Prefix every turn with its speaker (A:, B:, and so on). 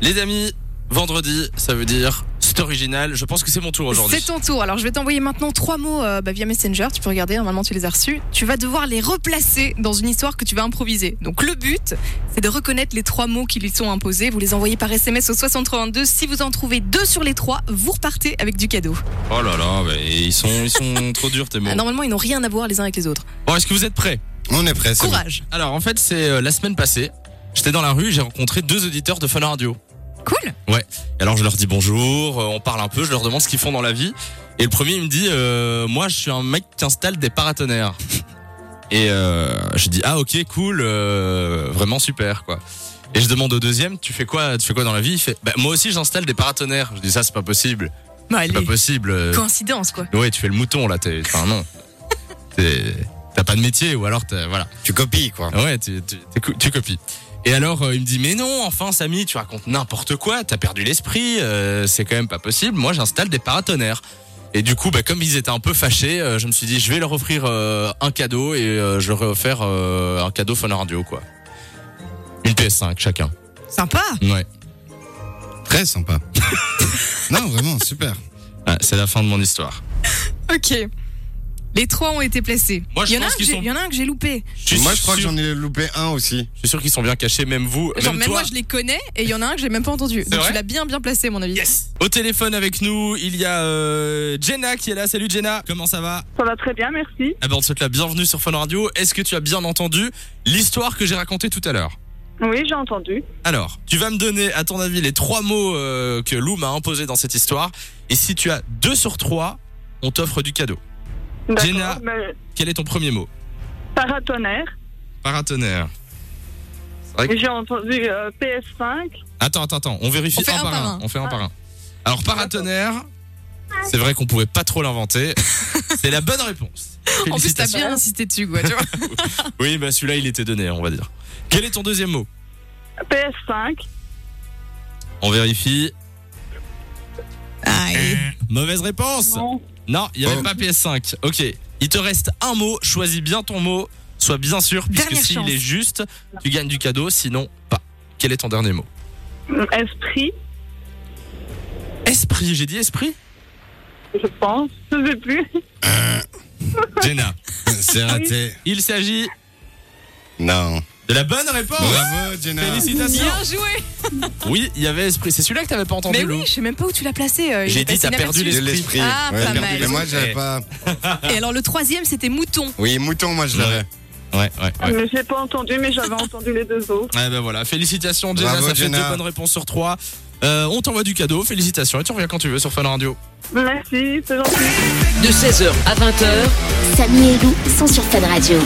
A: Les amis, vendredi, ça veut dire c'est original. Je pense que c'est mon tour aujourd'hui.
B: C'est ton tour. Alors, je vais t'envoyer maintenant trois mots euh, bah, via Messenger. Tu peux regarder, normalement, tu les as reçus. Tu vas devoir les replacer dans une histoire que tu vas improviser. Donc, le but, c'est de reconnaître les trois mots qui lui sont imposés. Vous les envoyez par SMS au 682. Si vous en trouvez deux sur les trois, vous repartez avec du cadeau.
A: Oh là là, mais ils sont, ils sont trop durs tes mots.
B: Ah, normalement, ils n'ont rien à voir les uns avec les autres.
A: Bon, est-ce que vous êtes prêts
C: On est prêt. c'est bon.
B: Courage.
A: Alors en fait, c'est euh, la semaine passée. J'étais dans la rue, j'ai rencontré deux auditeurs de Fun Radio.
B: Cool.
A: Ouais. Et alors je leur dis bonjour, euh, on parle un peu, je leur demande ce qu'ils font dans la vie. Et le premier il me dit, euh, moi je suis un mec qui installe des paratonnerres. Et euh, je dis ah ok cool, euh, vraiment super quoi. Et je demande au deuxième, tu fais quoi, tu fais quoi dans la vie Il fait, bah, moi aussi j'installe des paratonnerres. Je dis ça c'est pas possible,
B: Bah,
A: c'est
B: allez.
A: pas possible. euh,
B: Coïncidence, quoi.
A: Ouais tu fais le mouton là, t'es, enfin non, T'es- t'as pas de métier ou alors t'as- voilà.
C: Tu copies quoi.
A: Ouais, tu, tu- tu co- tu copies. Et alors, euh, il me dit, mais non, enfin, Samy, tu racontes n'importe quoi, t'as perdu l'esprit, euh, c'est quand même pas possible. Moi, j'installe des paratonnerres. Et du coup, bah, comme ils étaient un peu fâchés, euh, je me suis dit, je vais leur offrir euh, un cadeau et euh, je leur ai offert euh, un cadeau Fun Radio, quoi. Une PS5 chacun.
B: Sympa.
A: Ouais.
C: Très sympa. non, vraiment, super.
A: Ah, c'est la fin de mon histoire.
B: Ok. Les trois ont été placés.
A: Moi, je
B: il y en a un
A: pense
B: que
A: qu'ils
B: j'ai-
A: sont-
B: il y en a un que j'ai loupé.
C: Moi, je crois que
A: sûr-
C: j'en ai loupé un aussi.
A: je suis sûr qu'ils sont bien cachés, même vous.
B: Genre,
A: même,
B: même
A: toi.
B: moi, je les connais et il y en a un que j'ai même pas entendu. Donc,
A: vrai
B: tu l'as bien, bien placé, à mon avis.
A: Yes. Au téléphone avec nous, il y a euh, Jenna qui est là. Salut Jenna, comment ça va
D: Ça va très bien, merci.
A: Ah ben, on te souhaite la bienvenue sur Fun Radio. Est-ce que tu as bien entendu l'histoire que j'ai racontée tout à l'heure
D: Oui, j'ai entendu.
A: Alors, tu vas me donner, à ton avis, les trois mots euh, que Lou m'a imposés dans cette histoire. Et si tu as deux sur trois, on t'offre du cadeau.
D: D'accord.
A: Jenna.
D: Ben,
A: Quel est ton premier mot
D: paratonnerre.
A: Paratonnerre.
D: Et J'ai entendu euh, PS5.
A: Attends, attends, attends. On vérifie
B: On fait
A: un, par un. On fait
B: Ah.
A: un par un. Alors, paratonnerre, c'est vrai qu'on pouvait pas trop l'inventer. c'est la bonne réponse.
B: En plus, t'as
A: Félicitations.
B: bien insisté dessus, quoi. Tu vois
A: Oui, bah celui-là, il était donné, on va dire. Quel est ton deuxième mot
D: PS5.
A: On vérifie. Ah,
B: Aïe.
A: Mauvaise réponse
D: Non.
A: Non, il n'y avait
C: Oh.
A: pas PS5. Ok. Il te reste un mot. Choisis bien ton mot. Sois bien sûr, puisque
B: Dernière
A: s'il
B: chance.
A: est juste, tu gagnes du cadeau. Sinon, pas. Quel est ton dernier mot
D: euh, Esprit,
A: Esprit. J'ai dit esprit
D: je pense. Je sais plus.
A: Jenna.
C: C'est
B: Ah
C: raté.
A: Il s'agit
C: Non.
B: Oh.
A: de la bonne réponse.
C: Bravo, Jenna.
A: Félicitations.
B: Bien joué.
A: Oui, il y avait esprit. C'est celui-là que t'avais pas entendu,
B: Mais
A: Lou.
B: oui, je sais même pas où tu l'as placé. euh, il
A: J'ai
B: est
A: dit,
B: passé
A: t'as perdu
B: inaperçu.
A: les-
C: De l'esprit.
B: Ah, pas
C: perdu.
B: mal.
C: Mais moi, j'avais pas.
B: Et alors, le troisième, c'était mouton.
C: Oui, mouton, moi, je l'avais.
A: Ouais, ouais, ouais.
D: Mais j'ai pas entendu, mais j'avais entendu les deux autres.
A: Ah ben voilà, félicitations Jenna,
C: Bravo,
A: ça
C: Jenna.
A: fait deux bonnes réponses sur trois. Euh, on t'envoie du cadeau, félicitations et tu reviens quand tu veux sur Fun Radio.
D: Merci, c'est gentil.
E: de 16h à 20h.
F: Samy et Lou sont sur Fan Radio.